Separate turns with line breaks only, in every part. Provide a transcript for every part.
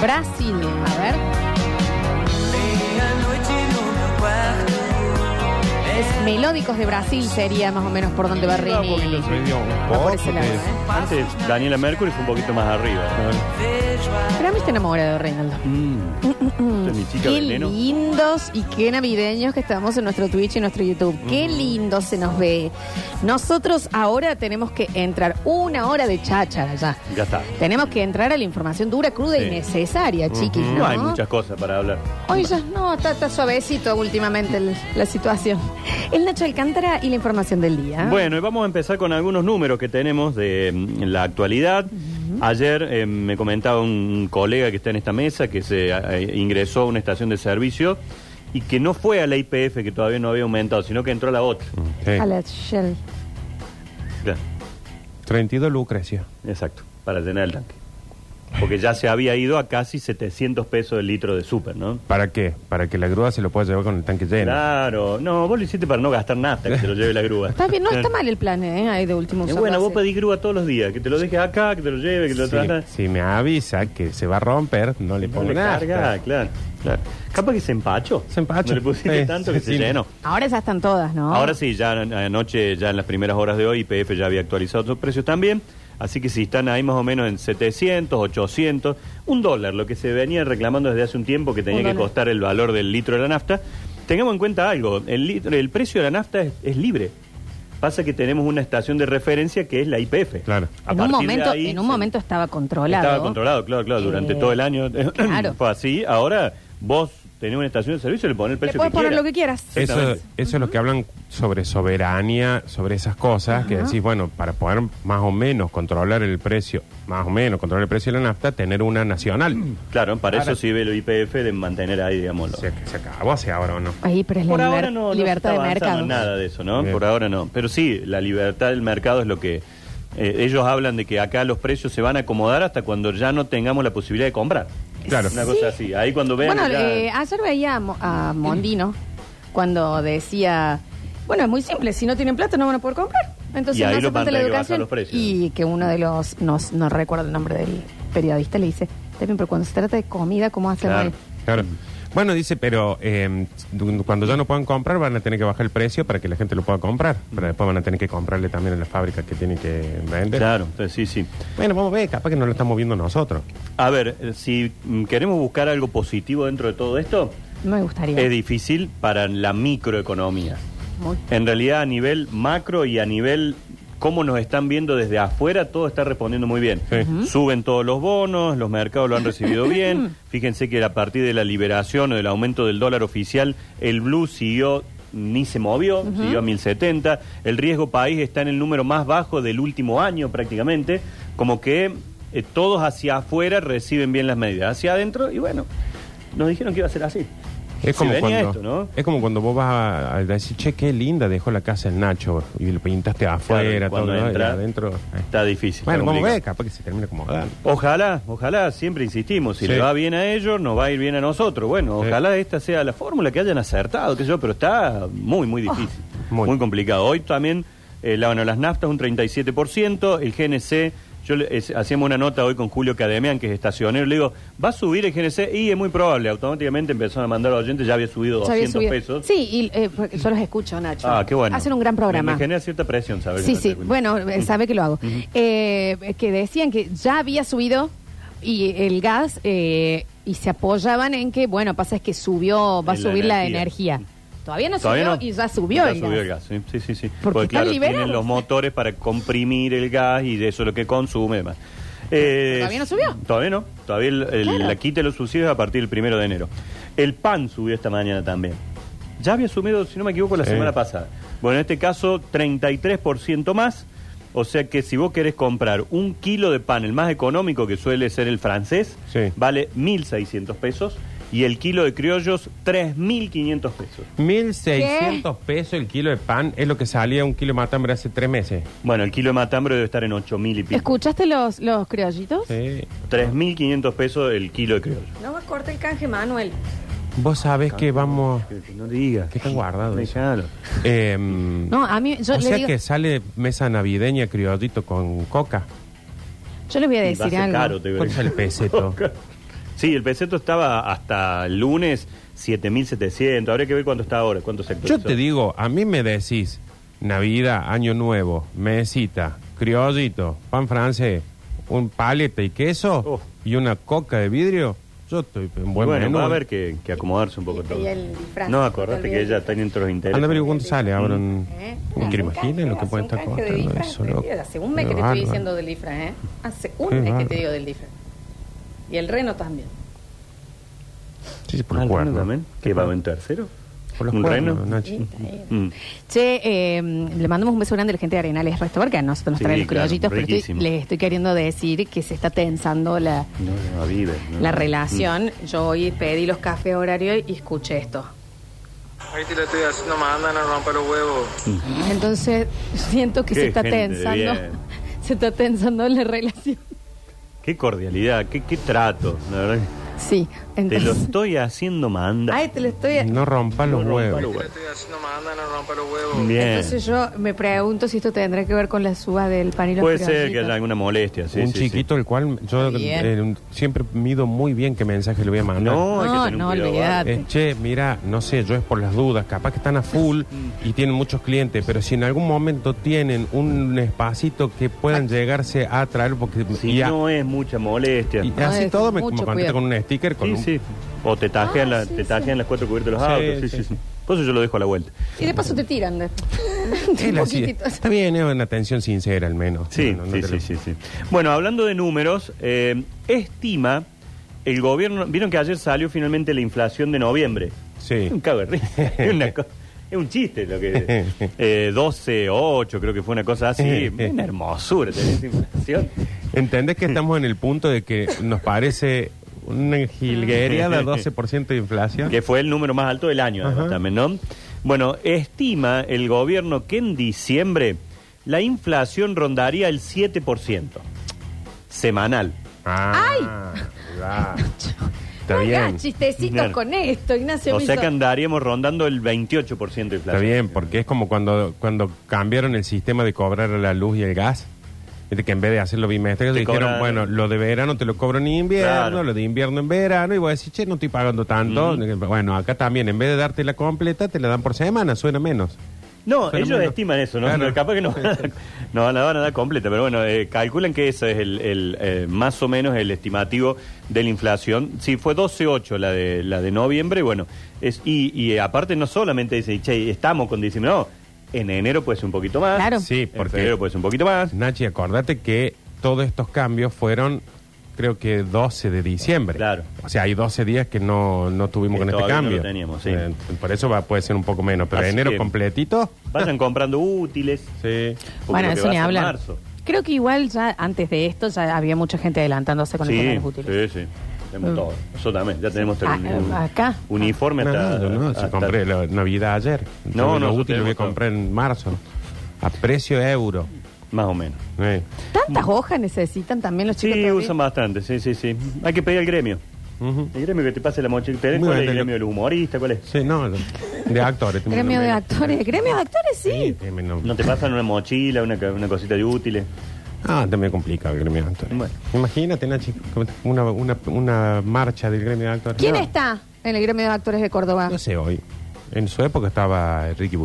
Brasil. A ver. Es melódicos de Brasil sería más o menos por donde va
Estaba un
Rini.
poquito su idioma.
Va por
Vos,
ese lado,
porque-
¿eh?
Antes Daniela Mercury fue un poquito más arriba.
Pero a mí está enamorado de Reinaldo.
Esta es mi chica
Mm. Qué
veneno.
lindos y qué navideños que estamos en nuestro Twitch y nuestro YouTube. Qué lindo se nos ve. Nosotros ahora tenemos que entrar una hora de cháchara ya.
Ya está.
Tenemos que entrar a la información dura, cruda y
Sí.
necesaria, chiquis.
No,
¿no?
hay muchas cosas para hablar.
Hoy ya no, está, está suavecito últimamente el- la situación. El Nacho Alcántara y la información del día.
Bueno, y vamos a empezar con algunos números que tenemos de mm, la actualidad. Ayer eh, me comentaba un colega que está en esta mesa que se eh, ingresó a una estación de servicio y que no fue a la IPF que todavía no había aumentado, sino que entró a la otra.
Sí.
A la Shell.
Claro,
32 Lucrecia.
exacto, para llenar el tanque. Porque ya se había ido a casi 700 pesos el litro de súper, ¿no?
¿Para qué? Para que la grúa se lo pueda llevar con el tanque lleno.
Claro, no, vos lo hiciste para no gastar nada que te lo lleve la grúa.
Está bien, no está
Claro.
mal el plan, ¿eh? Ahí de último
Eh,
uso
bueno,
lo
vos
hace.
pedís grúa todos los días, que te lo dejes acá, que te lo lleve, que te lo
Si,
traiga.
si me avisa que se va a romper, no le
No
pongo
le
nada.
carga, claro, claro. Capaz que se empachó.
Se empachó.
No le pusiste
Sí,
tanto que
sí,
se
sí.
llenó.
Ahora ya están todas, ¿no?
Ahora sí, ya anoche, ya en las primeras horas de hoy, IPF ya había actualizado sus precios también. Así que si están ahí más o menos en 700, 800, un dólar, lo que se venía reclamando desde hace un tiempo que tenía
Un
que
dólar.
costar el valor del litro de la nafta, tengamos en cuenta algo, el, litro- el precio de la nafta es, es libre. Pasa que tenemos una estación de referencia que es la IPF.
Claro.
en
A
un
partir de
momento,
ahí
en un
se-
momento estaba controlado.
estaba controlado, claro, claro, durante
Eh,
todo el año.
claro.
Fue así. Ahora vos tenés una estación de servicio y le pones el
Le
precio
puedes
que
poner
quieras.
lo que quieras.
Eso,
Exactamente.
eso es lo que hablan sobre soberanía, sobre esas cosas, que decís, bueno, para poder más o menos controlar el precio, más o menos controlar el precio de la nafta, tener una nacional.
Claro, para
Ahora-
eso sirve el IPF de mantener ahí, digámoslo.
Se, se acabó hace ahora o no.
Ahí, pero es la
Por
liber-
ahora no, no se
libertad
está
de
avanzando
mercado.
en nada de eso, ¿no?
Bien.
Por ahora no. Pero sí, la libertad del mercado es lo que... eh, ellos hablan de que acá los precios se van a acomodar hasta cuando ya no tengamos la posibilidad de comprar.
Claro.
Una cosa así. Ahí cuando vean...
Bueno,
ya-
eh, ayer veía a, Mo- a Mondino cuando decía, bueno, es muy simple, si no tienen plata no van a poder comprar. Entonces
Y ahí
no
lo
hace falta
mandan
la
que bajan
educación.
los precios.
y que uno de los, no, no recuerdo el nombre del periodista, le dice, también, pero cuando se trata de comida, ¿cómo hacen
Claro.
mal?
Claro.
Mm.
Bueno, dice, pero eh, du- cuando ya no puedan comprar, van a tener que bajar el precio para que la gente lo pueda comprar.
Mm.
Pero después van a tener que comprarle también a las fábricas que tienen que vender.
Claro, entonces sí, sí.
Bueno, vamos a ver, capaz que no lo estamos viendo nosotros.
A ver, eh, si mm, queremos buscar algo positivo dentro de todo esto,
No me gustaría.
es difícil para la microeconomía.
Muy-
En realidad, a nivel macro y a nivel cómo nos están viendo desde afuera, todo está respondiendo muy bien.
Sí.
Suben todos los bonos, los mercados lo han recibido bien. Fíjense que a partir de la liberación o del aumento del dólar oficial, el blue siguió ni se movió, siguió a 1070. El riesgo país está en el número más bajo del último año prácticamente. Como que eh, todos hacia afuera reciben bien las medidas. Hacia adentro, y bueno, nos dijeron que iba a ser así.
Es
Si
como,
venía
cuando,
esto, ¿no?
es como cuando vos vas a, a decir, che, qué linda dejó la casa el Nacho y lo pintaste afuera,
Claro, cuando
todo, ¿no? Y
entra,
adentro. eh.
Está difícil.
Bueno,
está
vamos a
complicado.
ver, capaz que se termina acomodando.
Ojalá, ojalá, siempre insistimos, si
Sí.
le va bien a ellos, nos va a ir bien a nosotros. Bueno,
Sí.
ojalá esta sea la fórmula que hayan acertado, que yo, pero está muy, muy difícil,
Ah, Muy.
muy. complicado. Hoy también, eh, la, bueno, las naftas un 37%, el GNC, yo le- es- hacíamos una nota hoy con Julio Cademian, que es estacionero, le digo, ¿va a subir el GNC? Y es muy probable, automáticamente empezaron a mandar a los oyentes, ya había subido
Ya había
200
subido.
pesos.
Sí, y, eh, porque yo los escucho, Nacho.
Ah, qué bueno.
Hacen un gran programa.
Me, me genera cierta presión, ¿sabes?
Sí, sí, bueno, eh, sabe que lo hago. Eh, que decían que ya había subido y el gas eh, y se apoyaban en que, bueno, pasa es que subió, va a
La
subir la
energía.
energía. Todavía no
Todavía
subió
no.
y ya subió
Ya
el
subió el
gas.
gas. Sí, sí, sí. sí.
Porque están liberados.
tienen los motores para comprimir el gas y de eso es lo que consume. Más. Eh,
¿Todavía no subió?
Todavía no. Todavía el- el-
Claro.
la quita de los subsidios a partir del primero de enero. El pan subió esta mañana también. Ya había subido, si no me equivoco, la
Sí.
semana pasada. Bueno, en este caso, 33% más. O sea que si vos querés comprar un kilo de pan, el más económico que suele ser el francés,
Sí.
vale 1.600 pesos. Y el kilo de criollos, 3.500 pesos.
1.600 pesos el kilo de pan es lo que salía un kilo de matambre hace tres meses.
Bueno, el kilo de matambre debe estar en 8.000 y pico.
¿Escuchaste los, los criollitos?
Sí.
3.500 pesos el kilo de criollo.
No me corte el canje, Manuel.
Vos sabés que vamos...
No digas.
Oh. Que están guardados.
Dejalo.
Eh,
No, a mí, yo
o
le
sea
digo-
que sale mesa navideña criollito con coca.
Yo les voy a
Y va a
decir
ser
algo.
caro, te digo.
¿Cuánto sale el peseto?
Coca. Sí, el peseto estaba hasta el lunes 7.700. Habría que ver cuánto está ahora, cuánto se
Yo
actualizó.
te digo, a mí me decís Navidad, Año Nuevo, mesita, criollito, pan francés, un paleta y queso
Uf.
y una coca de vidrio. Yo estoy en buen
Oh. Bueno,
menú.
va a haber que, que acomodarse un poco
Y-
todo.
y el disfraz,
no,
no
acordate
te
que
olvides.
ella está entre los intereses.
Anda a ver cuándo sale, ahora un-
¿Eh?
Ni que
Hace un
imaginen
canje,
lo que
hace
pueden
un
estar
canje de
costando
disfraz,
eso,
te
loco.
digo, Hace un mes
Qué
que te estoy
bárbaro.
diciendo del disfraz, ¿eh? Hace un
Qué
mes que te
bárbaro.
digo del disfraz. Y el reno también.
Sí, sí, por
Ah,
el
el
cuerno.
reno también. ¿Qué va en tercero?
Por los
¿Un
cuernos,
reno?
Nachi.
Sí, está bien.
Mm.
Che, eh, le mandamos un beso grande a la gente de Arenales Restaurant, que a nosotros nos
Sí,
traen los
claro,
criollitos, pero estoy-
riquísimo.
les estoy queriendo decir que se está tensando la,
No, no, vive, no. Mm.
la relación. Yo hoy pedí los cafés horario y escuché esto.
Ahí te lo estoy haciendo, mandan a romper los huevos.
Entonces siento que
Mm. Qué
se está
gente de
tensando,
bien.
se está tensando la relación.
Qué cordialidad, qué, qué trato. La verdad que-
Sí,
Te lo
entonces.
estoy haciendo manda.
Ay, te lo estoy.
No rompa los
rompa
huevos.
los
Ahí te
huevos.
lo estoy haciendo, mandan a romper los huevos.
Mm, Bien.
Entonces yo me pregunto si esto tendrá que ver con la suba del pan y los
Puede ser que
criollitos.
haya alguna molestia. sí,
un
sí, sí.
chiquito el cual yo
Está bien.
eh, un- siempre mido muy bien qué mensaje le voy a mandar.
No, hay que
No,
tener un
no,
cuidado,
olvidate.
¿vale?
Eh, che, mira, no sé, yo es por las dudas, capaz que están a full y tienen muchos clientes, pero si en algún momento tienen un espacito que puedan llegarse a traer, porque
Si
y, a-
no es mucha molestia.
y
No,
así
es
todo me, me
mucho
contacta
cuidado.
con un sticker, con
Sí,
un-
sí. O te tajean,
Ah,
la-
sí,
te
sí.
tajean las cuatro cubiertas de los
Sí,
autos. Sí,
sí,
sí,
sí.
sí. Por eso yo lo dejo a la vuelta.
Y de paso te tiran. de-
Es
un
la- sí,
poquitito.
está bien, es una atención sincera al menos.
Sí,
No, no, no
sí,
te
sí,
lo-
sí, sí. Bueno, hablando de números, eh, estima el gobierno. Vieron que ayer salió finalmente la inflación de noviembre.
Sí.
Es un caberrín. Es, una co- es un chiste lo que. Eh, 12, 8, creo que fue una cosa así. una hermosura tener esa inflación.
¿Entendés que estamos en el punto de que nos parece una jilguería de 12% de inflación?
Que fue el número más alto del año, además,
Ajá.
también, ¿no? Bueno, estima el gobierno que en diciembre la inflación rondaría el 7% semanal.
¡Ay! Ah, Está
No
bien.
hagas chistecitos
Claro.
con esto, Ignacio.
O
me
sea
hizo-
que andaríamos rondando el 28% de inflación.
Está bien, porque es como cuando, cuando cambiaron el sistema de cobrar la luz y el gas. Viste Que en vez de hacerlo bimestral,
Te
dijeron,
cobran-
bueno, lo de verano te lo cobro en invierno,
Claro.
lo de invierno en verano, y vos decís, che, no estoy pagando tanto. Bueno, acá también, en vez de darte la completa, te la dan por semana, suena menos.
No,
Pero
ellos
bueno.
estiman eso, ¿no?
Claro.
Capaz que no, van a dar- no la van a dar completa, pero bueno, eh, calculan que eso es el, el, eh, más o menos el estimativo de la inflación. Sí, fue 12.8 la de, la de noviembre, bueno, es, y, y, eh, aparte no solamente dice, che, estamos con diciembre, no, en enero puede ser un poquito más,
Claro.
Sí,
en
porque
febrero puede ser un poquito más.
Nachi, acordate que todos estos cambios fueron, creo que 12 de diciembre.
Claro.
O sea, hay 12 días que no, no tuvimos
Que
con este
todavía no
cambio.
lo teníamos, sí.
Eh, por eso va, puede ser un poco menos. Pero
Así
enero
que-
completito.
Vayan comprando útiles.
Sí.
porque
Bueno,
lo que
eso
va
ni
a ser
hablar.
marzo.
Creo que igual ya antes de esto ya había mucha gente adelantándose con los
Sí,
pañales útiles.
sí, sí. Tenemos
Mm.
todo. Eso también. Ya tenemos
Ah,
el
eh, acá.
uniforme
No,
hasta-
no, no,
hasta-
si compré la Navidad ayer.
No,
Yo
no,
Lo
yo
útil lo voy a
tengo todo.
comprar en marzo. A precio euro.
Más o menos.
Eh.
¿Tantas hojas necesitan también los chicos?
Sí,
todavía?
usan bastante, sí, sí, sí. Hay que pedir al gremio.
Ujú.
El gremio que te pase la mochila. ¿Cuál
Muy
es el
bien,
gremio del humorista? ¿Cuál es?
Sí, no, de actores.
Gremio de
menos.
actores. Gremio de actores, sí.
Sí, menos-
¿No te pasan una mochila, una, ca- una cosita de útiles?
Ah, también complicado el gremio de actores.
Bueno.
Imagínate, Nachi, una, una, una marcha del gremio de actores.
¿Quién
No.
está en el gremio de actores de Córdoba?
No sé, hoy. En su época estaba Ricky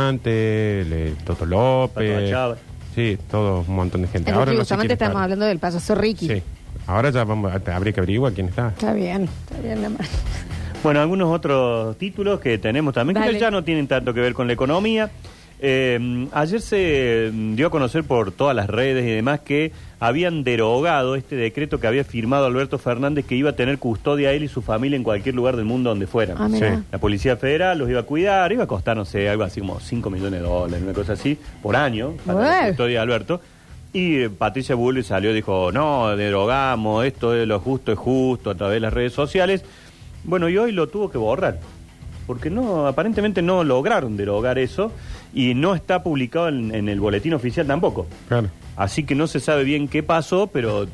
Bustamante, el, eh, Toto
Pato
López.
Achaba.
Sí, todo un montón de gente.
En
Ahora
el
no sé
justamente
quién está.
estamos hablando del payaso Ricky.
Sí. Ahora ya vamos, a- habría que averiguar quién está.
Está bien, está bien la mano.
Bueno, algunos otros títulos que tenemos también,
Dale.
que ya no tienen tanto que ver con la economía. Eh, ayer se eh, dio a conocer por todas las redes y demás que habían derogado este decreto que había firmado Alberto Fernández que iba a tener custodia a él y su familia en cualquier lugar del mundo donde fueran.
Ah, mira.
Sí.
La Policía Federal los iba a cuidar, iba a costar, no sé, algo así como 5 millones de dólares, una cosa así, por año, para
Bueno.
la custodia de Alberto. Y eh, Patricia Bullrich salió y dijo, no, derogamos, esto de lo justo es justo, a través de las redes sociales. Bueno, y hoy lo tuvo que borrar, porque no, aparentemente no lograron derogar eso y no está publicado en, en el boletín oficial tampoco.
Claro.
Así que no se sabe bien qué pasó, pero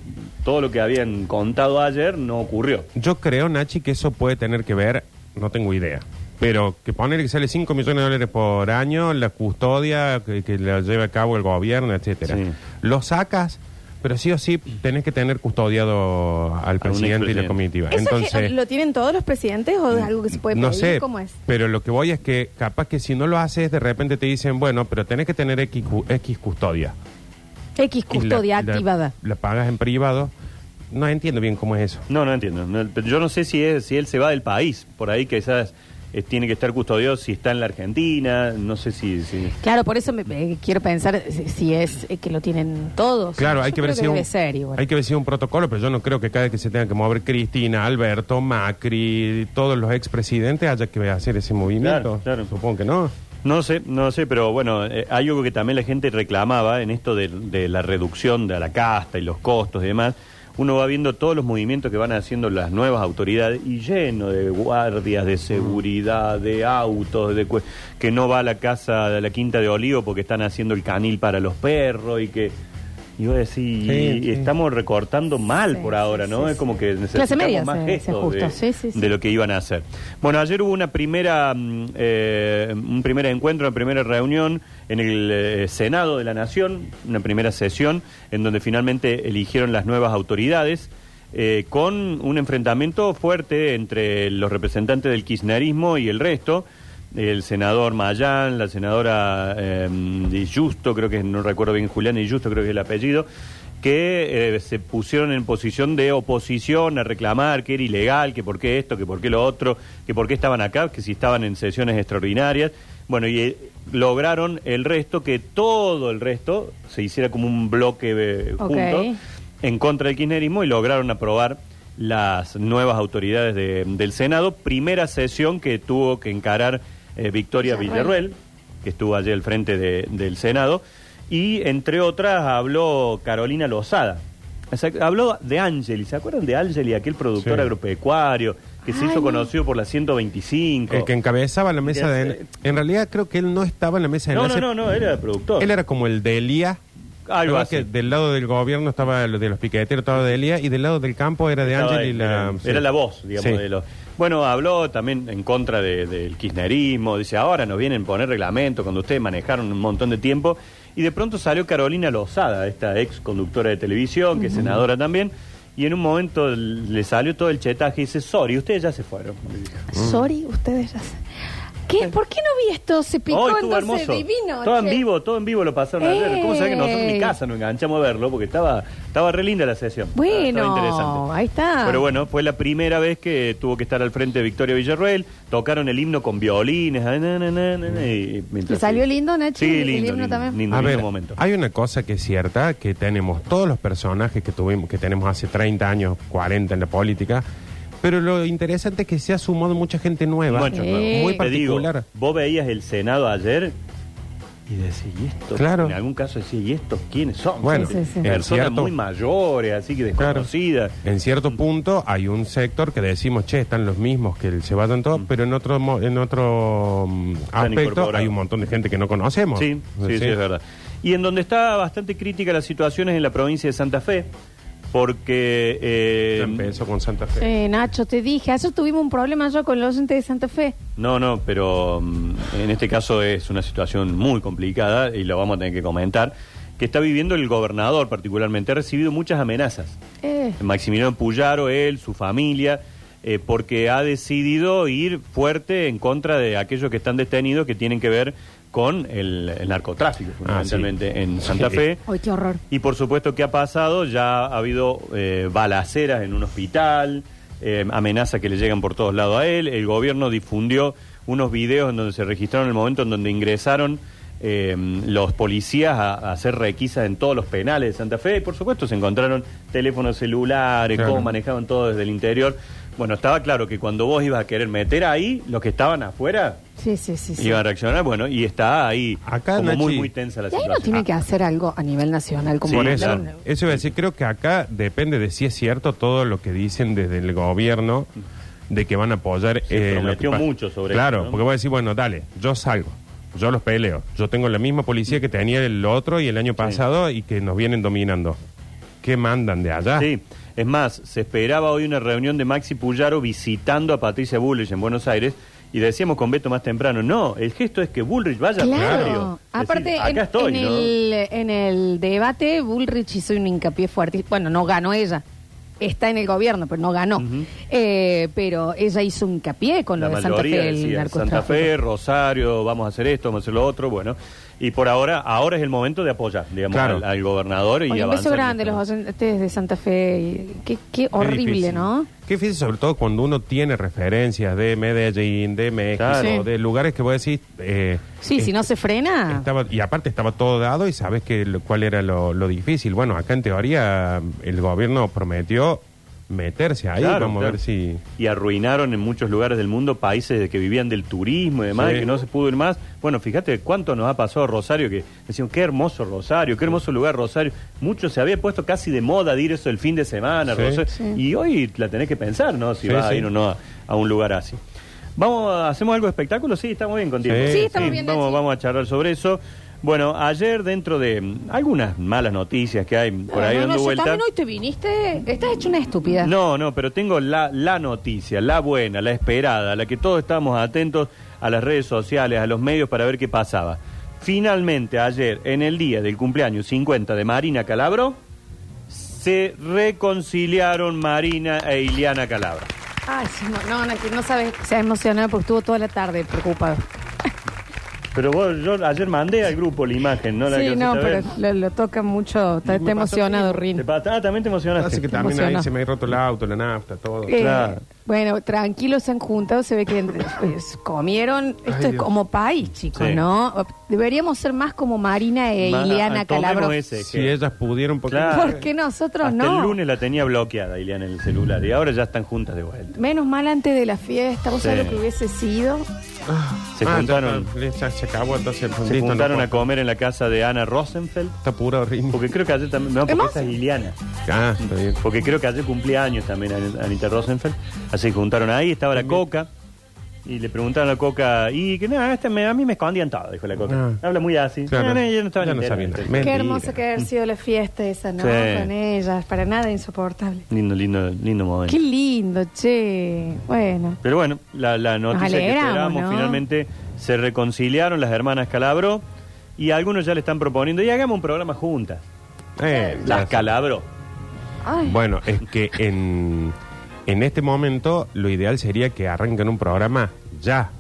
todo lo que habían contado ayer no ocurrió.
Yo creo, Nachi, que eso puede tener que ver, no tengo idea. Pero que poner que sale 5 millones de dólares por año, la custodia que, que la lleva a cabo el gobierno, etcétera.
Sí.
Lo sacas Pero sí o sí tenés que tener custodiado al presidente y la
expresidente.
comitiva.
¿Eso que-
Entonces,
lo tienen todos los presidentes o es algo que se puede pedir?
no sé,
¿Cómo es?
pero lo que voy es que capaz que si no lo haces, de repente te dicen, bueno, pero tenés que tener X, cu- X custodia.
X
Y la-
custodia
la-
activada.
La, pagas en privado. No entiendo bien cómo es eso.
No, no entiendo. No, pero yo no sé si, es, si él se va del país. Por ahí quizás eh, tiene que estar custodiado si está en la Argentina. No sé si... si-
Claro, por eso me, eh, quiero pensar si, si es eh, que lo tienen todos.
Claro,
Yo
hay que,
creo
ver si un,
debe ser igual.
hay que ver si un protocolo, pero yo no creo que cada vez que se tenga que mover Cristina, Alberto, Macri, todos los expresidentes haya que hacer ese movimiento.
claro.
Supongo que no.
No sé, no sé, pero bueno, eh, hay algo que también la gente reclamaba en esto de, de la reducción de la casta y los costos y demás. Uno va viendo todos los movimientos que van haciendo las nuevas autoridades y lleno de guardias, de seguridad, de autos, de cue- que no va a la casa de la Quinta de Olivo porque están haciendo el canil para los perros y que. Y vos decís,
Sí,
y
sí.
estamos recortando mal
Sí,
por ahora,
sí,
¿no?
sí,
es como
sí.
que
Clase
necesitamos
media
más
se- se
gestos
ajusta,
de,
sí, sí, sí.
de lo que iban a hacer. Bueno, ayer hubo una primera, mm, eh, un primer encuentro, una primera reunión en el eh, Senado de la Nación, una primera sesión en donde finalmente eligieron las nuevas autoridades. eh, con un enfrentamiento fuerte entre los representantes del kirchnerismo y el resto, el senador Mayán, la senadora eh, Di Justo, creo que no recuerdo bien Julián Di Justo, creo que es el apellido, que eh, se pusieron en posición de oposición a reclamar que era ilegal, que por qué esto, que por qué lo otro, que por qué estaban acá, que si estaban en sesiones extraordinarias. Bueno, y eh, lograron el resto, que todo el resto se hiciera como un bloque eh,
Ok.
junto en contra del kirchnerismo y lograron aprobar las nuevas autoridades de- del Senado. Primera sesión que tuvo que encarar eh, Victoria
Villarruel.
Villarruel, que estuvo allí al frente de- del Senado. Y entre otras habló Carolina Lozada. O sea, habló de Angeli. ¿Se acuerdan de Angeli, aquel productor
Sí.
agropecuario que se
Ay,
hizo
no.
conocido por la 125?
El que encabezaba la mesa de... en- En realidad creo que él no estaba en la mesa de
no, no,
enlace.
no, no, era productor.
Él era como el de Elía.
Algo
Creo
así.
que del lado del gobierno estaba lo de los piqueteros, estaba de Elía, y del lado del campo era de
Estaba
Ángel y
él,
la...
Era,
sí.
era la voz, digamos,
Sí.
de los... Bueno, habló también en contra de- del kirchnerismo, dice, ahora nos vienen a poner reglamento cuando ustedes manejaron un montón de tiempo. Y de pronto salió Carolina Lozada, esta ex conductora de televisión, que es senadora también, y en un momento le salió todo el chetaje y dice, sorry, ustedes ya se fueron. Y dijo,
Sorry, ustedes ya se- ¿Qué? ¿Por qué no vi esto? Se picó
"Oh, estuvo
entonces
hermoso.
divino.
todo en
che. Eh.
vivo, todo en vivo lo pasaron ayer. ¿Cómo sabés que nosotros en
Ey.
mi casa nos enganchamos a verlo? Porque estaba, estaba re linda la sesión.
Bueno,
Estaba interesante.
ahí está.
Pero bueno, fue la primera vez que tuvo que estar al frente de Victoria Villarroel. Tocaron el himno con violines. ah, na, na, na, na, na, y mientras-
¿Le salió lindo, Nachi?
Sí,
El
lindo.
himno
lindo,
también.
lindo,
A
lindo
ver,
momento.
hay una cosa que es cierta, que tenemos todos los personajes que tuvimos, que tenemos hace 30 años, 40 en la política, pero lo interesante es que se ha sumado mucha gente nueva,
Mucho,
nuevo. Sí.
muy
Te digo,
particular.
vos veías el Senado ayer y decís, ¿y esto?
Claro.
En algún caso decís, ¿y estos quiénes son?
Bueno,
Sí, sí, sí. en
personas
cierto-
muy mayores, así que
Claro.
desconocidas.
En
Mm.
cierto punto hay un sector que decimos, che, están los mismos que se vayan
Mm.
todos, pero en otro mo- en otro mm, aspecto
incorporados.
hay un montón de gente que no conocemos.
Sí, sí, sí, es verdad. Y en donde está bastante crítica la situación es en la provincia de Santa Fe, porque... eh,
Ya empezó con Santa Fe.
Eh, Nacho, te dije, ayer tuvimos un problema yo con los gente de Santa Fe.
No, no, pero mm, en este caso es una situación muy complicada y lo vamos a tener que comentar, que está viviendo el gobernador particularmente. Ha recibido muchas amenazas.
Eh,
Maximiliano Puyaro, él, su familia, eh, porque ha decidido ir fuerte en contra de aquellos que están detenidos que tienen que ver con el, el narcotráfico,
Ah, sí.
fundamentalmente, en Santa
Sí.
Fe.
hoy qué horror.
Y por supuesto, ¿qué ha pasado? Ya ha habido eh, balaceras en un hospital, eh, amenazas que le llegan por todos lados a él. El gobierno difundió unos videos en donde se registraron el momento en donde ingresaron eh, los policías a, a hacer requisas en todos los penales de Santa Fe. Y por supuesto, se encontraron teléfonos celulares,
Claro.
cómo manejaban todo desde el interior. Bueno, estaba claro que cuando vos ibas a querer meter ahí, los que estaban afuera
Sí, sí, sí. sí.
iban a reaccionar. Bueno, y está ahí
Acá,
como muy,
Nachi,
muy tensa la
Y ahí
situación.
no tiene que hacer algo a nivel nacional como
Por
Ah. Sí,
eso,
claro.
eso iba a decir, creo que acá depende de si es cierto todo lo que dicen desde el gobierno de que van a apoyar. eh,
Se
lo que
prometió
pasa.
mucho sobre
Claro,
eso, ¿no?
porque voy a decir, bueno, dale, yo salgo, yo los peleo, yo tengo la misma policía que tenía el otro y el año pasado y que nos vienen dominando. ¿Qué mandan de allá?
Sí, es más, se esperaba hoy una reunión de Maxi Puyaro visitando a Patricia Bullrich en Buenos Aires Y decíamos con Beto más temprano, no, el gesto es que Bullrich vaya al
Claro.
plenario. Es
Aparte,
decir, acá
en,
estoy,
en
¿no?
el, en el debate, Bullrich hizo un hincapié fuerte. Bueno, no ganó ella. Está en el gobierno, pero no ganó.
Ujú.
Eh, pero ella hizo un hincapié con
La
lo de Santa
mayoría
Fe, el
decía,
narcotráfico.
Santa Fe, Rosario, vamos a hacer esto, vamos a hacer lo otro, bueno. Y por ahora, ahora es el momento de apoyar, digamos,
Claro.
al, al gobernador y
Oye, un beso
avanzar en
grande a
este esto,
los
¿no?
oyentes de Santa Fe. Y Qué, qué
Qué
horrible,
difícil.
¿no?
Qué difícil, sobre todo cuando uno tiene referencias de Medellín, de México,
Claro.
Sí.
de lugares que vos decís. eh,
Sí,
es-
si no se frena.
estaba- y aparte estaba todo dado y sabes que lo- cuál era lo, lo difícil. Bueno, acá en teoría mm, el gobierno prometió meterse ahí.
Claro,
Vamos a
claro.
ver si.
Y arruinaron en muchos lugares del mundo países que vivían del turismo y demás,
Sí.
y que no se pudo ir más. Bueno, fíjate cuánto nos ha pasado a Rosario, que decían, qué hermoso Rosario, qué hermoso lugar Rosario. Mucho se había puesto casi de moda de ir eso el fin de semana,
Sí.
Rosario.
Sí.
Y hoy la tenés que pensar, ¿no? Si
Sí,
vas a
sí.
ir o no a, a un lugar así. Vamos, a- ¿hacemos algo de espectáculo? Sí, estamos bien contigo.
Sí, Sí,
estamos bien,
Vamos,
Nachi.
vamos a charlar sobre eso. Bueno, ayer dentro de mm, algunas malas noticias que hay por ahí
no, no,
dando
yo
vueltas.
también hoy te viniste. Estás hecho una estúpida.
No, no, pero tengo la, la noticia, la buena, la esperada, la que todos estamos atentos a las redes sociales, a los medios para ver qué pasaba. Finalmente, ayer, en el día del cumpleaños 50 de Marina Calabro, se reconciliaron Marina e Iliana Calabro.
Ay, sí, no, no, Nati, no sabes. Se ha emocionado porque estuvo toda la tarde preocupado.
Pero vos, yo ayer mandé al grupo la imagen, ¿no? La
sí,
alcanzaste
no,
a ver.
pero lo, lo toca mucho. Está,
Me
está
pasó
emocionado,
lo mismo.
Rin.
¿Te pa- ah, también te emocionaste.
Así que también
emocionó.
ahí se me ha roto el auto, la nafta, todo.
Eh,
Claro.
Bueno, tranquilos, se han juntado, se ve que eh, comieron. Esto es
Dios.
como país, chicos,
Sí.
¿no? Deberíamos ser más como Marina e
Ma-
Ileana
ah, tomemos
Calabro.
ese,
Si
que-
ellas pudieron, porque
Claro.
Porque nosotros
Hasta
no.
el lunes la tenía bloqueada Iliana en el celular y ahora ya están juntas de vuelta.
Menos mal antes de la fiesta, vos
Sí.
sabés lo que hubiese sido.
Se juntaron-
Ah, Ya, está, ya se acabó, entonces.
Se
listo,
juntaron
no,
a comer en la casa de Ana Rosenfeld.
Está apurado, Rini.
Porque creo que ayer también. No, porque
Hermoso.
esa es Liliana.
Ah, está bien.
Porque creo que ayer cumplía años también An- Anita Rosenfeld. Así que juntaron ahí, estaba la coca. Y le preguntaron a la coca. Y que nada, este me- a mí me escondían todo, dijo la coca.
Ah.
Habla muy así.
Claro.
No, no, yo no estaba
Ya
en
no
el
sabía
internet.
nada.
Qué
Mentira.
hermosa que haber sido la fiesta esa, ¿no?
Sí.
Con ellas, para nada insoportable.
Lindo, lindo, lindo momento.
Qué lindo, che. Bueno.
Pero bueno, la, la noticia que
alegramos,
esperábamos
¿no?
finalmente se reconciliaron las hermanas Calabro. Y algunos ya le están proponiendo. Y hagamos un programa juntas.
Eh, ya
Las
sé.
Calabro.
Ay.
Bueno, es que en, en este momento lo ideal sería que arranquen un programa ya,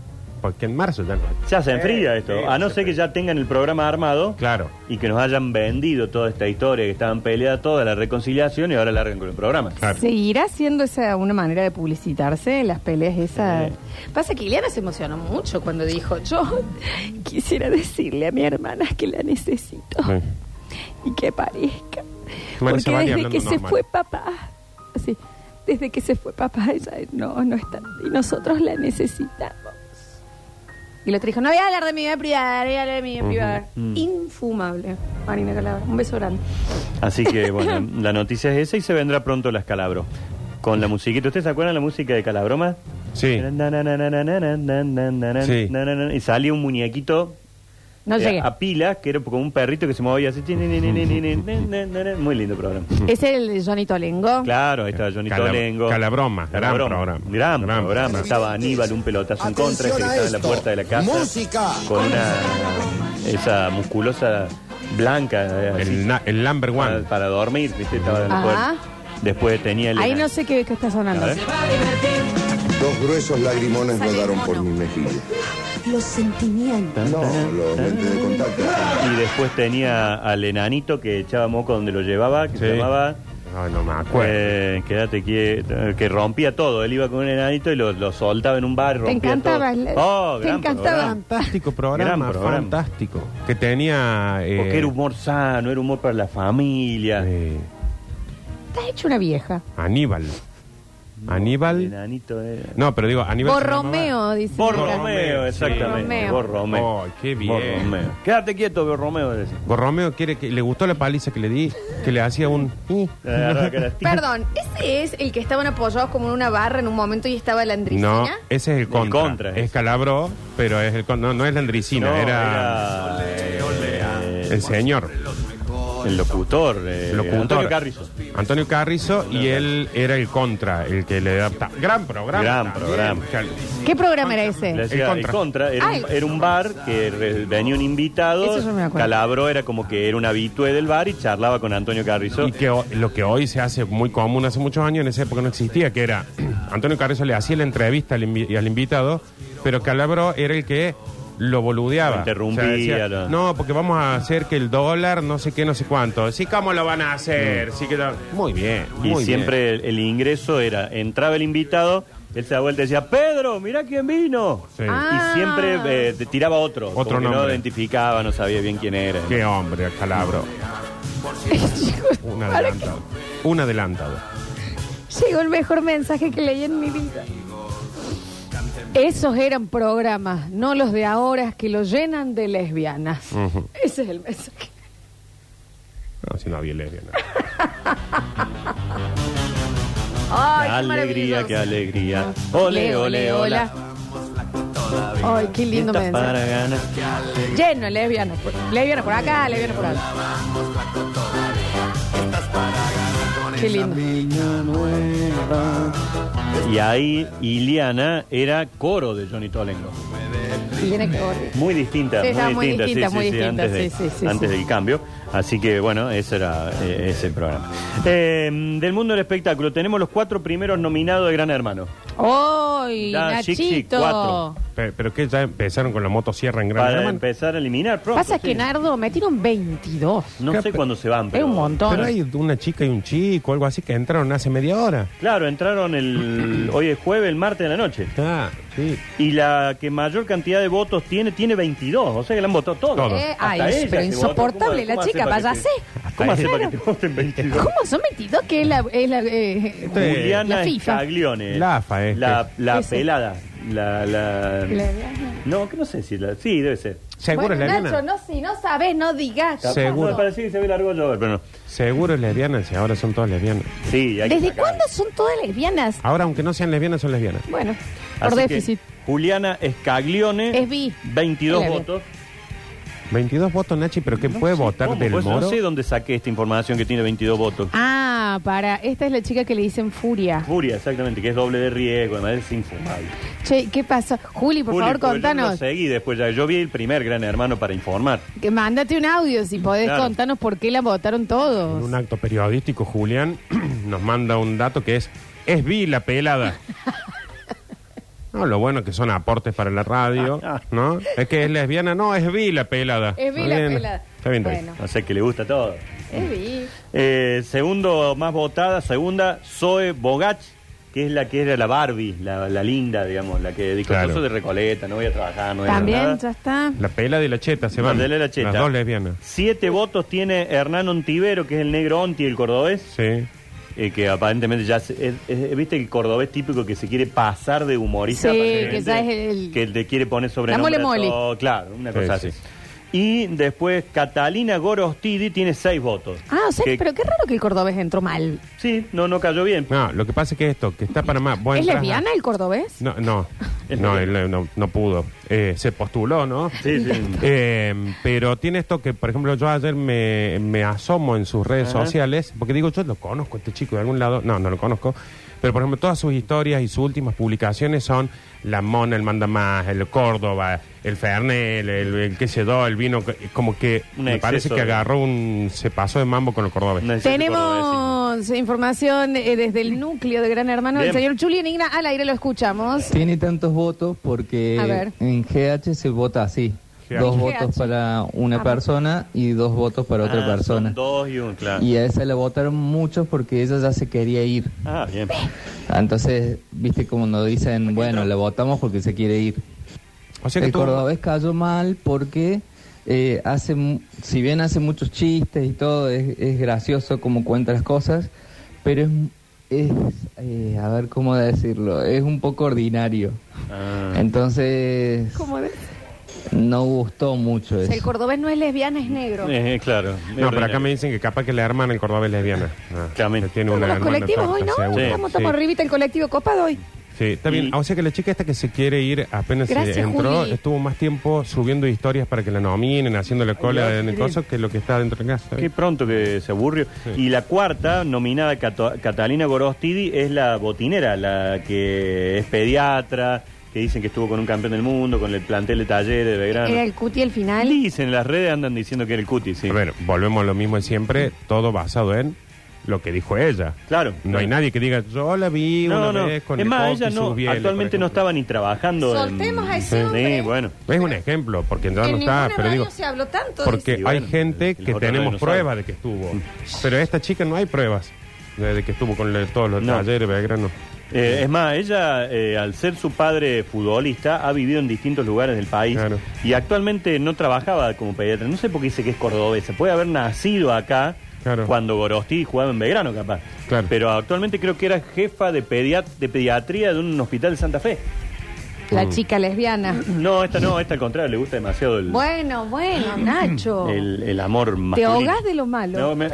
porque en marzo ya no. hay.
Ya se enfría
Eh,
esto.
eh,
a no
se
ser que ya tengan el programa armado.
Claro.
y que nos hayan vendido toda esta historia, que estaban peleadas toda la reconciliación y ahora largan con el programa.
Claro.
¿Seguirá siendo esa una manera de publicitarse las peleas esas? Pasa que Ileana se emocionó mucho cuando dijo, yo quisiera decirle a mi hermana que la necesito
Oh.
Sí.
y que parezca.
Bueno,
Porque
se va
desde
hablando
que se
normal.
fue papá, así, desde que se fue papá, ella no, no está. Y nosotros la necesitamos. Y la otra dijo, no voy a hablar de mi vida privada, no voy a hablar de mi vida privada.
Mm.
Infumable. Marina Calabra, un beso grande.
Así que bueno, la noticia es esa y se vendrá pronto las Calabro. Con la musiquita. ¿Ustedes se acuerdan la música de Calabroma?
Sí. Sí.
Y salía un muñequito
No
eh,
llegué.
a pilas, que era como un perrito que se movía así. Muy lindo programa.
Es el de Johnny Tolengo.
mm. Claro, ahí estaba Johnny
Calab-
Tolengo.
Eh, Calabroma, gran programa.
Gran,
Gran
programa.
programa.
Estaba Aníbal, un pelotazo en contra, ese que
Atención a
estaba en la
esto.
puerta de la casa.
Música.
Con una. Esa musculosa blanca. eh, así,
El, na- el number
para,
one.
para dormir, ¿viste? Estaba en la
Ajá.
puerta. Después tenía el.
Ahí no sé qué, qué está sonando.
A ver.
Dos gruesos lagrimones rodaron por mi mejilla.
Los sentimientos.
No, los lentes de contacto.
Y después tenía al enanito que echaba moco donde lo llevaba, que se
Sí.
llamaba.
Ay, no me acuerdo.
eh, quédate quieto, que rompía todo. Él iba con un enanito y lo, lo soltaba en un bar.
Te
Rompía
encantaba.
todo.
la-
Oh,
te
gran
encantaba.
programa.
Fantástico programa,
Gran programa.
fantástico. Que tenía. eh,
Porque era humor sano, era humor para la familia.
eh,
Estás hecho una vieja.
Aníbal.
El
Aníbal.
enanito era.
No, pero digo, Aníbal. se llamaba-
Borromeo, dice.
Borromeo,
Borromeo,
exactamente.
sí.
Borromeo.
Oh, qué bien.
Borromeo. Quédate quieto, Borromeo. decía.
Borromeo quiere que le gustó la paliza que le di, que le hacía un.
Le agarraba que las tiras.
Perdón, ¿ese es el que estaban apoyados como en una barra en un momento y estaba la
No,
andricina?
ese es el contra.
contra,
es
ese.
Calabro, pero es el con- no, no es la andricina,
No,
era,
era-
el señor.
locutor.
El locutor, eh,
locutor.
Antonio Carrizo.
Antonio Carrizo y él era el contra, el que le adapta. Gran programa.
Gran
también.
programa.
Chale.
¿Qué programa era
Le
ese?
hacía
El
el
Contra.
contra. Era,
Ah,
un,
el-
era un bar que re- venía un invitado.
Eso yo me acuerdo.
Calabro era como que era un habitué del bar y charlaba con Antonio Carrizo.
Y que ho- lo que hoy se hace muy común hace muchos años, en esa época no existía, que era Antonio Carrizo le hacía la entrevista al, invi- al invitado, pero Calabro era el que lo boludeaba.
Lo interrumpía, lo-
No, porque vamos a hacer que el dólar, no sé qué, no sé cuánto. Sí, ¿cómo lo van a hacer? Sí que lo- Muy bien.
Mm. Y
muy bien.
siempre el, el ingreso era, entraba el invitado, él se daba vuelta y decía, Pedro, mirá quién vino.
Sí.
Ah.
Y siempre eh, te tiraba otro,
Otro
como que no
nombre.
identificaba, no sabía bien quién era.
Qué hombre, Calabro. Un
Para
adelantado. Un adelantado.
Llegó el mejor mensaje que leí en mi vida. Esos eran programas, no los de ahora que lo llenan de lesbianas.
Ujú.
Ese es el mensaje.
No, si no había lesbiana.
Ay,
Qué alegría, qué alegría. Ole, ole, ole.
Ay, qué lindo mensaje. Lleno, lesbianas. por- Lesbianas por acá, lesbianas por allá. Qué lindo.
Y ahí Iliana era coro de Johnny Tolengo.
Y tiene que volver.
Muy distinta,
Sí, estaba
muy
muy
distinta,
distinta,
sí,
muy
sí, sí,
distinta,
antes, de-
sí, sí, sí,
antes
sí.
del cambio. Así que bueno, ese era eh, ese programa. Eh, del mundo del espectáculo, tenemos los cuatro primeros nominados de Gran Hermano.
¡Ay,
Ya, chic, chic,
Nachito!
cuatro.
Pero, pero que ya empezaron con la motosierra en Gran
Para
Hermano.
empezar a eliminar pronto.
Pasa
sí.
que Nardo metieron 22.
No sé cuándo se van,
Es
pero.
un montón.
Pero hay una chica y un chico, algo así, que entraron hace media hora.
Claro, entraron el hoy es jueves, el martes de la noche.
Ah, sí.
Y la que mayor cantidad de votos tiene, tiene 22. O sea que la han votado todos.
Todos.
Eh,
Hasta
ay,
ella
pero
se votó.
insoportable
¿Cómo-
la
cómo
chica,
hace para
váyase.
que te- ¿Cómo hace para que te voten 22?
¿Cómo son 22 que es la, es la, eh,
Esto es-
la
Juliana
FIFA?
Scaglione.
La AFA, eh.
La, la
Ese.
pelada. La, la-
La-
No, que no sé si la... Sí, debe ser.
Seguro
Bueno,
es lesbiana.
Nacho, no, si no sabes, no digas.
Capaz,
Seguro.
no, parecía que se ve largo yo, pero no.
Seguro es lesbiana, si ahora son todas lesbianas.
Sí, hay que
¿Desde
sacar.
cuándo son todas lesbianas?
Ahora, aunque no sean lesbianas, son lesbianas.
Bueno, por
Así que
déficit.
Juliana Scaglione.
Es bi.
22
Es lesbiana.
votos.
22 votos, Nachi, pero ¿qué puede votar
¿Cómo?
del
Pues
Moro?
No sé dónde saqué esta información que tiene 22 votos.
Ah, para. Esta es la chica que le dicen Furia.
Furia, exactamente, que es doble de riesgo, además es infumable.
Che, ¿qué pasó? Juli, por
Juli,
favor,
porque yo
contanos.
lo seguí después, ya, yo vi el primer Gran Hermano para informar.
Que mándate un audio si podés
Claro.
contanos por qué la votaron
En
todos.
un acto periodístico, Julián nos manda un dato que es: es vi la pelada. No, lo bueno que son aportes para la radio, ¿no? Es que es lesbiana, no, es vi la pelada.
Es vi
Está
la
bien,
pelada.
Está bien, está bien.
Bueno,
No sé que le gusta todo.
es vi.
Eh, segundo más votada, segunda, Zoe Bogach, que es la que era la Barbie, la, la linda, digamos, la que dijo
Claro.
"Yo soy de Recoleta, no voy a trabajar, no voy a hacer
También, ya
nada.
está.
La pelada y la cheta se van.
Mandela la cheta.
Las dos lesbianas.
Siete votos tiene Hernán Ontivero, que es el negro Onti, el cordobés,
Sí.
eh, que aparentemente ya se- es, es- viste el cordobés típico que se quiere pasar de humorista.
Sí,
aparentemente,
que ya es el-
que te quiere poner sobre
La mole moli.
Claro, una
Sí,
cosa
sí.
así. Y después Catalina Gorostidi tiene seis votos.
Ah, o sea,
Que-
pero qué raro que el cordobés entró mal.
Sí, no, no cayó bien.
No, lo que pasa es que esto, que está para más. vos
¿Es
entras a-
lesbiana el cordobés?
No, no, no, él no, no pudo. Eh, se postuló, ¿no?
Sí, sí.
Eh, pero tiene esto que, por ejemplo, yo ayer me, me asomo en sus redes
Ajá.
sociales, porque digo, yo lo conozco, este chico de algún lado, no, no lo conozco, pero por ejemplo, todas sus historias y sus últimas publicaciones son La Mona, el Manda Más, el Córdoba, el Fernel, el, el qué sé yo, el vino, que- como que
Un
me parece
exceso
que
de-
agarró un, se pasó de mambo con el cordobés.
No sé si cordobés, sí.
Tenemos información eh, desde el núcleo de Gran Hermano. El
Bien.
señor Julián Igna, al aire lo escuchamos.
Tiene tantos votos
A ver.
porque en GH se vota así.
GH.
Dos
GH.
votos para
A
una
ver.
persona y dos votos para otra
Ah,
persona.
son dos y un, claro.
Y a esa la votaron muchos porque ella ya se quería ir.
Ah, bien.
Entonces, viste como nos dicen, bueno, la votamos porque se quiere ir.
O sea que
El
tú-
cordobés cayó mal porque eh, hace, mu- si bien hace muchos chistes y todo, es, es gracioso como cuenta las cosas, pero es, es, eh, a ver cómo decirlo, es un poco ordinario.
Ah.
Entonces,
¿Cómo ves?
no gustó mucho
O sea,
eso.
el cordobés no es lesbiana, es negro.
Eh, claro.
No, pero acá me dicen que capaz que la hermana el cordobés es lesbiana. Ah,
Claramente.
que tiene
Como
una
los
hermana
colectivos hoy,
torta,
¿no?
seguro.
Sí.
¿Cómo estamos arribita el colectivo copado hoy?
Sí, Sí, está bien.
Y-
Ah, O sea que la chica esta que se quiere ir apenas se
Gracias,
entró,
Juli.
estuvo más tiempo subiendo historias para que la nominen, haciendo la cola
Dios,
en el
qué
coso que lo que está dentro de casa.
Qué pronto que se aburrió.
Sí.
Y la cuarta, nominada Cato- Catalina Gorostidi, es la botinera, la que es pediatra, que dicen que estuvo con un campeón del mundo, con el plantel de talleres de Belgrano.
Era Eh, el cuti al final.
Dicen, en las redes andan diciendo que era el cuti, sí.
A ver, volvemos a lo mismo de siempre, todo basado en lo que dijo ella.
Claro.
No hay nadie que diga, yo la vi
No,
una
no.
vez con
Es
el
más,
Coqui
ella no,
Subiela,
actualmente
por ejemplo".
no estaba ni trabajando. en-
Soltemos a ese
Sí,
hombre.
bueno.
Es un ejemplo, porque ya
en
no está,
ninguna
pero
radio
digo,
se habló tanto.
porque
Sí,
hay
bueno,
gente
el- el
que
otro
tenemos
no sabe.
pruebas de que estuvo. Pero esta chica no hay pruebas de de que estuvo con el- todos los
No.
talleres Belgrano.
Eh, es más, ella, eh, al ser su padre futbolista, ha vivido en distintos lugares del país
Claro.
y actualmente no trabajaba como pediatra. No sé por qué dice que es cordobesa. Puede haber nacido acá
Claro.
cuando Gorosti jugaba en Belgrano, capaz.
Claro.
Pero actualmente creo que era jefa de, pedia- de pediatría de un hospital de Santa Fe.
La chica lesbiana.
No, esta no, esta al contrario, le gusta demasiado el,
Bueno, bueno, Nacho.
el, el amor masculino.
ahogás de lo malo.
No, me-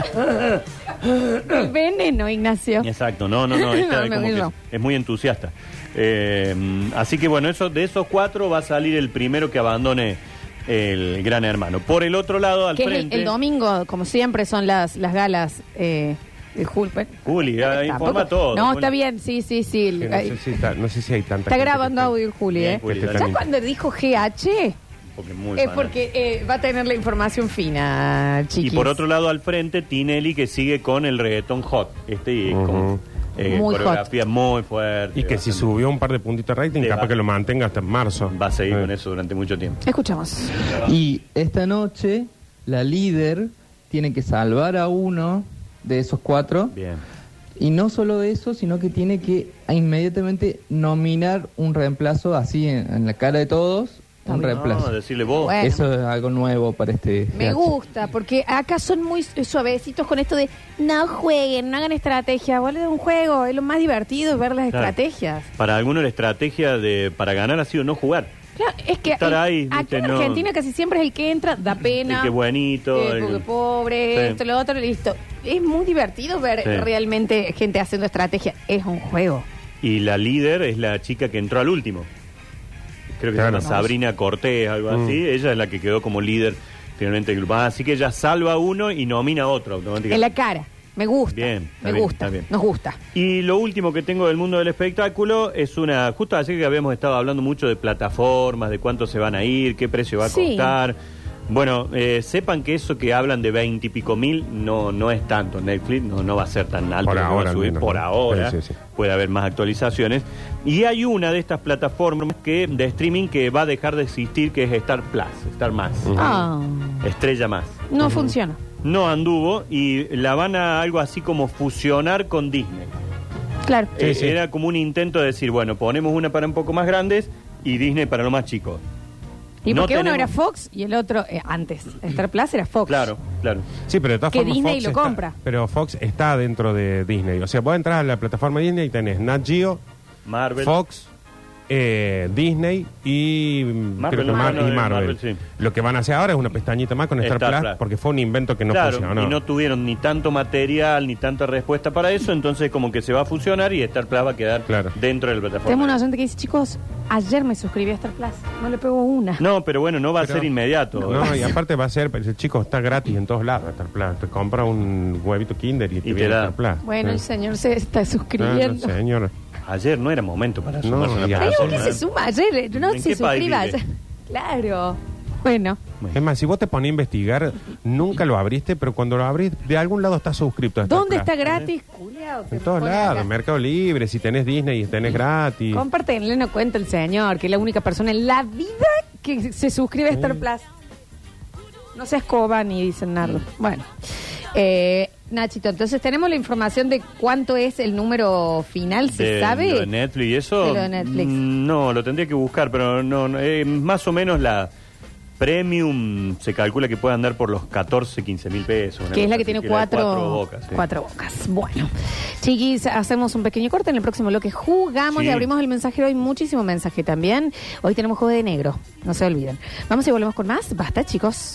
El veneno, Ignacio.
Exacto, no, no, no, esta
No,
es,
me
como que
río.
es muy entusiasta. Eh, mm, así que bueno, eso, de esos cuatro va a salir el primero que abandone el gran hermano. Por el otro lado, al
Que es el,
frente.
el domingo, como siempre, son las, las galas. Eh, de Julpe.
Juli, ah,
Tampoco-
informa todo.
No,
Juli.
está bien, sí, sí, sí. el-
Que no,
ay,
sé si está, no sé si hay tanta
está
gente que
grabando
esté-
audio, el Juli,
Bien,
¿eh?
Juli,
que esté
dale.
Ya
tan-
cuando dijo GH,
Porque muy
es
fanático.
porque eh, va a tener la información fina,
Y
chiquis.
por otro lado, al frente, Tinelli que sigue con el reggaetón hot. Este y
Ujú.
con eh,
Muy hot.
coreografía muy fuerte.
Y que si
bastante-
subió un par de puntitos de rating,
Te
capaz
va.
que lo mantenga hasta marzo.
Va a seguir
Eh.
con eso durante mucho tiempo.
Escuchamos.
Y esta noche la líder tiene que salvar a uno de esos cuatro.
Bien.
Y no solo eso, sino que tiene que inmediatamente nominar un reemplazo así en, en la cara de todos. Un
No,
reemplazo.
decirle vos.
Bueno.
Eso es algo nuevo para este.
Me
GH.
gusta, porque acá son muy su- suavecitos con esto de no jueguen, no hagan estrategia. Vale, un juego, es lo más divertido ver las
Claro.
estrategias.
Para algunos la estrategia de para ganar ha sido no jugar.
Claro, es que
Estar
el-
ahí,
aquí
viste,
en
no.
Argentina casi siempre es el que entra, da pena.
El que buenito,
eh,
el-
porque pobre,
Sí.
esto, lo otro, listo. Es muy divertido ver
Sí.
realmente gente haciendo estrategia. Es un juego.
Y la líder es la chica que entró al último. Creo que
Claro.
se llama Sabrina Cortés, algo así. Ella es la que quedó como líder finalmente del grupo. Ah, así que ella salva a uno y nomina a otro
En la
automáticamente.
cara. Me gusta.
Bien, está
me
bien,
gusta.
está bien.
Nos gusta.
Y lo último que tengo del mundo del espectáculo es una. Justo así que habíamos estado hablando mucho de plataformas, de cuánto se van a ir, qué precio va a
Sí.
costar. Bueno, eh, sepan que eso que hablan de 20 y pico mil no, no es tanto. Netflix no, no va a ser tan alto.
Por
que va a
ahora, al
subir
menos,
por
¿no?
ahora.
Sí, sí, sí.
Puede haber más actualizaciones. Y hay una de estas plataformas que de streaming que va a dejar de existir, que es Star Plus, Star Más.
Ah,
Estrella Más.
no funciona.
No anduvo y la van a algo así como fusionar con Disney.
Claro.
Sí,
Eh,
sí.
Era como un intento de decir, bueno, ponemos una para un poco más grandes y Disney para los más chicos.
Y
no
porque uno
tenemos-
era Fox y el otro, eh, antes, Star Plus era Fox.
Claro, claro.
Sí, pero de todas
Que
formas
Disney
Fox
lo
está-
compra.
pero Fox está dentro de Disney. O sea, vos entras a la plataforma Disney y tenés Nat Geo,
Marvel.
Fox, eh, Disney y mm,
Marvel,
creo que
no,
Mar-
no, no,
y
de
Marvel.
Marvel, sí.
Lo que van a hacer ahora es una pestañita más con Star,
Star
Plus,
Plus.
porque fue un invento que no
claro,
funcionó.
y no tuvieron ni tanto material ni tanta respuesta para eso, entonces como que se va a fusionar y Star Plus va a quedar
Claro.
dentro de la plataforma.
Tenemos una oyente que dice, chicos, ayer me suscribí a Star Plus. No le pego una.
No, pero bueno, no va
Pero-
a ser inmediato.
No, y aparte va a ser, pero, chicos, está gratis en todos lados Star Plus. Te compra un huevito Kinder y te
te
viene
da.
Star Plus.
Bueno,
Sí. Ah,
el señor se está
Claro,
suscribiendo.
señor.
Ayer no era momento para
No,
sumarse a
y
una
Hay uno
plataforma.
que se suma ayer, eh, no
¿En
se
qué país
suscriba
vive?
ayer. Claro. Bueno,
Es más, si vos te pones a investigar, nunca lo abriste, pero cuando lo abrís, de algún lado estás suscripto. a Star
¿dónde
Plus.
está gratis?
¿eh?
culiao, que
En todos
pone
lados,
acá?
Mercado Libre, si tenés Disney y tenés gratis.
Compártenle, no cuenta el señor, que es la única persona en la vida que se suscribe a Star Plus. No se escoba ni dicen
Mm.
nada. Bueno. Eh, Nachito, entonces tenemos la información de cuánto es el número final, ¿se
de,
sabe?
lo de Netflix y eso.
De lo de Netflix.
mm, No, lo tendría que buscar, pero no, no, eh, más o menos la premium se calcula que puede andar por los 14, 15 mil pesos. una
que es
cosa
la que
así,
tiene
la de
cuatro,
cuatro bocas. sí.
cuatro bocas. Bueno, chiquis, hacemos un pequeño corte en el próximo bloque. Jugamos
Sí.
y abrimos el mensajero. Hay muchísimo mensaje también. Hoy tenemos juego de negro, no se olviden. Vamos y volvemos con más. Basta, chicos.